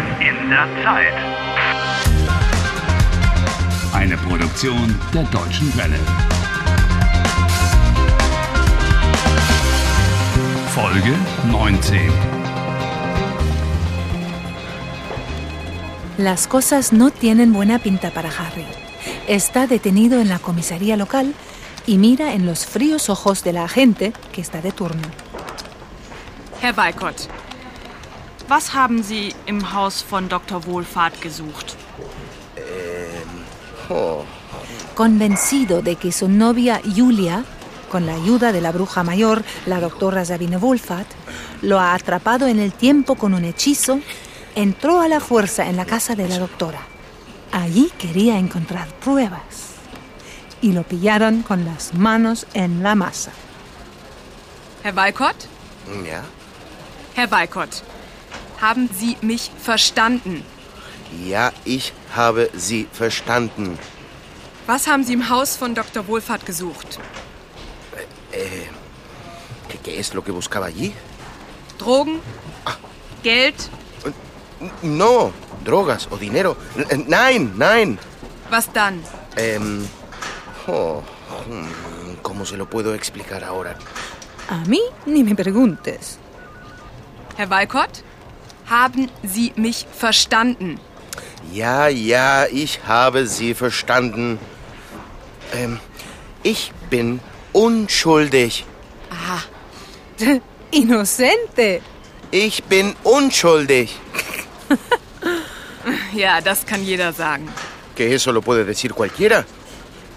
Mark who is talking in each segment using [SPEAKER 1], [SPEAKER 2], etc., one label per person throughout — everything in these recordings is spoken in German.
[SPEAKER 1] seiner Zeit.
[SPEAKER 2] Eine Produktion der Deutschen Welle. Folge 19.
[SPEAKER 3] Las cosas no tienen buena pinta para Harry. Está detenido en la comisaría local y mira en los fríos ojos de la agente que está de turno.
[SPEAKER 4] Herr Weikott, was haben Sie im Haus von Dr. Wohlfahrt gesucht?
[SPEAKER 3] Convencido de que su novia Julia, con la ayuda de la bruja mayor, la doctora Sabine Wolfat, lo ha atrapado en el tiempo con un hechizo, entró a la fuerza en la casa de la doctora. Allí quería encontrar pruebas. Y lo pillaron con las manos en la masa.
[SPEAKER 4] Herr Weikott?
[SPEAKER 5] Ja?
[SPEAKER 4] Herr Weikott, haben Sie mich verstanden?
[SPEAKER 5] Ja, ich habe Sie verstanden.
[SPEAKER 4] Was haben Sie im Haus von Dr. Wohlfahrt gesucht?
[SPEAKER 5] ¿Qué, qué es lo que buscaba allí?
[SPEAKER 4] Drogen? Geld?
[SPEAKER 5] No, drogas o dinero. N- Nein, nein.
[SPEAKER 4] Was dann?
[SPEAKER 5] Em, oh, hmm, ¿Cómo se lo puedo explicar ahora?
[SPEAKER 3] A mí ni me preguntes.
[SPEAKER 4] Herr Weikott, haben Sie mich verstanden?
[SPEAKER 5] Ja, ja, ich habe Sie verstanden. Ähm, ich bin unschuldig.
[SPEAKER 4] Aha.
[SPEAKER 3] ¡Inocente!
[SPEAKER 5] Ich bin unschuldig.
[SPEAKER 4] Ja, das kann jeder sagen.
[SPEAKER 5] Que eso lo puede decir cualquiera.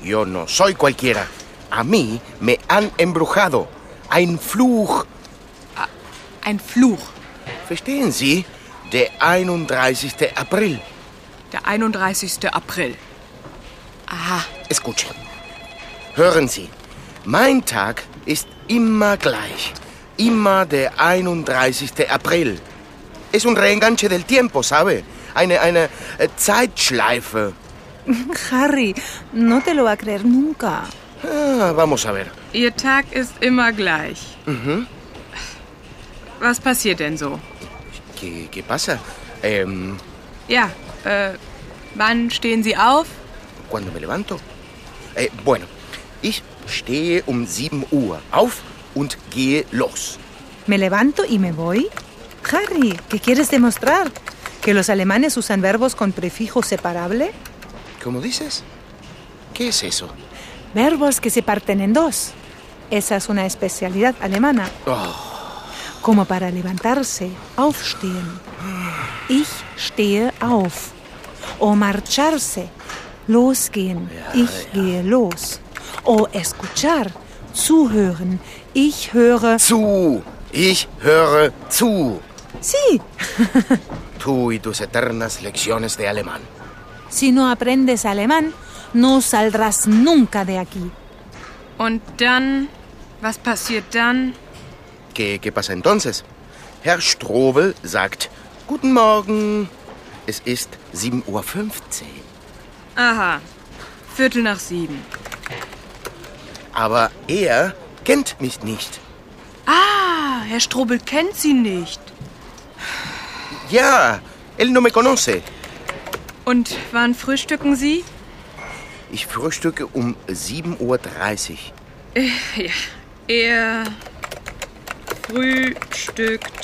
[SPEAKER 5] Yo no soy cualquiera. A mí me han embrujado. Ein Fluch.
[SPEAKER 4] Ein Fluch.
[SPEAKER 5] Verstehen Sie? Der 31. April.
[SPEAKER 4] Der 31. April. Aha.
[SPEAKER 5] Escuchen. Hören Sie, mein Tag ist immer gleich. Immer der 31. April. Es un reenganche del tiempo, ¿sabe? Eine, eine äh, Zeitschleife.
[SPEAKER 3] Harry, no te lo va a creer nunca.
[SPEAKER 5] Ah, vamos a ver.
[SPEAKER 4] Ihr Tag ist immer gleich. Mhm. Was passiert denn so?
[SPEAKER 5] ¿Qué, qué pasa? Em,
[SPEAKER 4] Ja, äh, wann stehen Sie auf?
[SPEAKER 5] cuando me levanto. Eh, bueno, ich stehe um 7 Uhr auf und gehe los.
[SPEAKER 3] ¿Me levanto y me voy? Harry, ¿qué quieres demostrar? ¿Que los alemanes usan verbos con prefijo separable?
[SPEAKER 5] ¿Cómo dices? ¿Qué es eso?
[SPEAKER 3] Verbos que se parten en dos. Esa es una especialidad alemana. Como para levantarse, aufstehen. Ich stehe auf. O marcharse, losgehen, ich gehe los. O escuchar, zuhören, ich höre.
[SPEAKER 5] Zu. Ich höre zu.
[SPEAKER 3] Sí,
[SPEAKER 5] Tú y tus eternas lecciones de alemán.
[SPEAKER 3] Si no aprendes alemán, no saldrás nunca de aquí.
[SPEAKER 4] Und dann, was passiert dann?
[SPEAKER 5] ¿Qué, qué pasa entonces? Herr Strobel sagt, Guten Morgen. Es ist 7.15 Uhr.
[SPEAKER 4] Aha, Viertel nach sieben.
[SPEAKER 5] Aber er kennt mich nicht.
[SPEAKER 4] Ah, Herr Strobel kennt Sie nicht.
[SPEAKER 5] Ja, él no me conoce.
[SPEAKER 4] Und wann frühstücken Sie?
[SPEAKER 5] Ich frühstücke um 7.30 Uhr.
[SPEAKER 4] Er frühstückt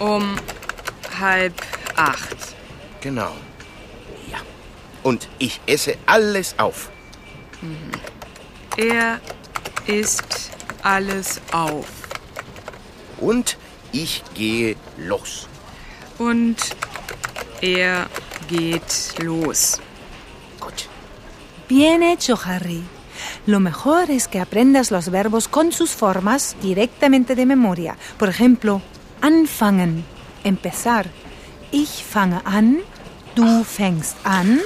[SPEAKER 4] um halb acht.
[SPEAKER 5] Genau. Ja. Und ich esse alles auf.
[SPEAKER 4] Er isst alles auf.
[SPEAKER 5] Und ich gehe los.
[SPEAKER 4] Und er geht los.
[SPEAKER 5] Gut.
[SPEAKER 3] Bien hecho, Harry. Lo mejor es que aprendas los verbos con sus formas directamente de memoria. Por ejemplo, anfangen, empezar. Ich fange an, du fängst an,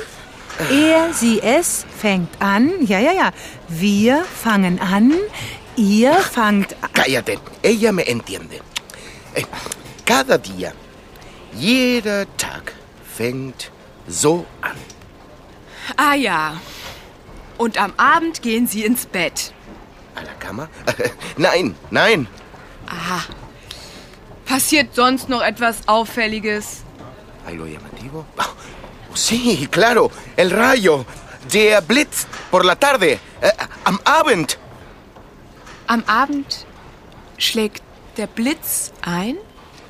[SPEAKER 3] er, sie, es fängt an. Ja, ja, ja. Wir fangen an, ihr fangt an.
[SPEAKER 5] Cállate, ella me entiende. Eh, Cada día, jeder Tag fängt so an.
[SPEAKER 4] Ah ja. Und am Abend gehen Sie ins Bett.
[SPEAKER 5] ¿A la cama? nein, nein.
[SPEAKER 4] Passiert sonst noch etwas Auffälliges?
[SPEAKER 5] ¿Algo llamativo? Oh, sí, claro, el rayo. Der Blitz por la tarde. eh, am Abend.
[SPEAKER 1] Am Abend schlägt der Blitz ein.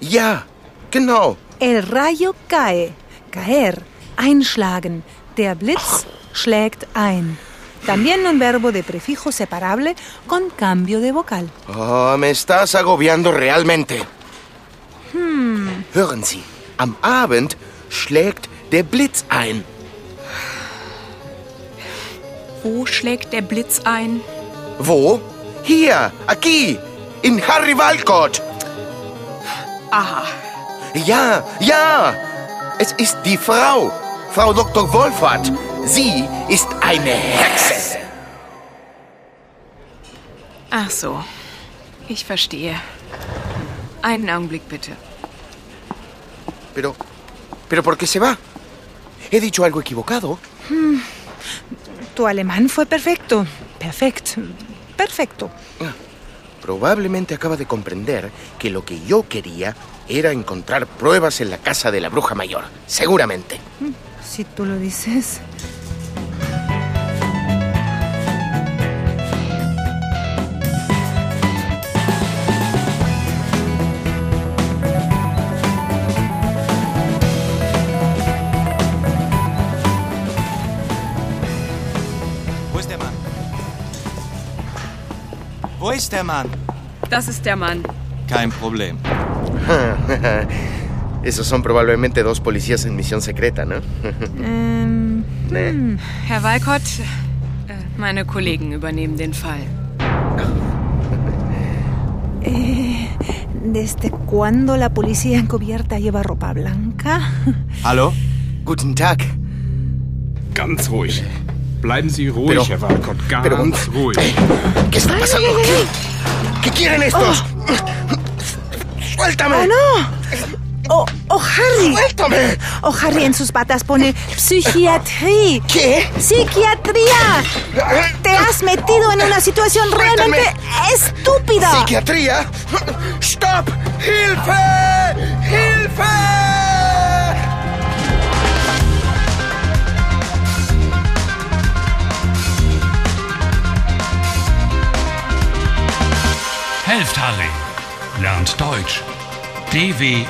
[SPEAKER 5] Ja, genau.
[SPEAKER 3] El rayo cae. Caer. Einschlagen. Der Blitz schlägt ein. También un verbo de prefijo separable con cambio de vocal.
[SPEAKER 5] Oh, me estás agobiando realmente. Hören Sie, am Abend schlägt der Blitz ein.
[SPEAKER 1] Wo schlägt der Blitz ein?
[SPEAKER 5] Wo? Hier, aquí, in Harry Walcott.
[SPEAKER 4] Aha.
[SPEAKER 5] Ja, ja. Es ist die Frau, Frau Dr. Wolfert. Sie ist eine Hexe.
[SPEAKER 1] Ach so. Ich verstehe. Einen Augenblick bitte.
[SPEAKER 5] Pero, pero ¿por qué se va? He dicho algo equivocado.
[SPEAKER 3] Tu alemán fue perfecto. Perfect. Perfecto.
[SPEAKER 5] Probablemente acaba de comprender que lo que yo quería era encontrar pruebas en la casa de la bruja mayor. Seguramente.
[SPEAKER 3] Si tú lo dices.
[SPEAKER 6] Wo ist der Mann? Wo ist der Mann?
[SPEAKER 4] Das ist der Mann.
[SPEAKER 6] Kein Problem.
[SPEAKER 5] Esos son probablemente dos policías en misión secreta, ¿no? Ne.
[SPEAKER 1] Herr Walcott, äh, meine Kollegen übernehmen den Fall.
[SPEAKER 3] ¿Desde cuándo la policía encubierta lleva ropa blanca?
[SPEAKER 6] Hallo?
[SPEAKER 5] Guten Tag.
[SPEAKER 7] Ganz ruhig. Bleiben Sie ruhig,
[SPEAKER 5] Pero-
[SPEAKER 7] Herr Walcott. Ganz
[SPEAKER 5] pero-
[SPEAKER 7] ruhig.
[SPEAKER 5] ¿Qué está pasando? ¿Qué, qué quieren estos?
[SPEAKER 3] Ah,
[SPEAKER 5] ¡Suéltame!
[SPEAKER 3] ¡Oh, oh Harry!
[SPEAKER 5] ¡Suéltame!
[SPEAKER 3] Oh Harry en sus patas pone psiquiatría.
[SPEAKER 5] ¿Qué?
[SPEAKER 3] ¡Psiquiatría! Te has metido en una situación
[SPEAKER 5] Suéltame.
[SPEAKER 3] realmente estúpida.
[SPEAKER 5] ¡Psiquiatría! ¡Stop! ¡Hilfe! ¡Hilfe!
[SPEAKER 2] Helft Harry. Lernt Deutsch. dw.com/harry.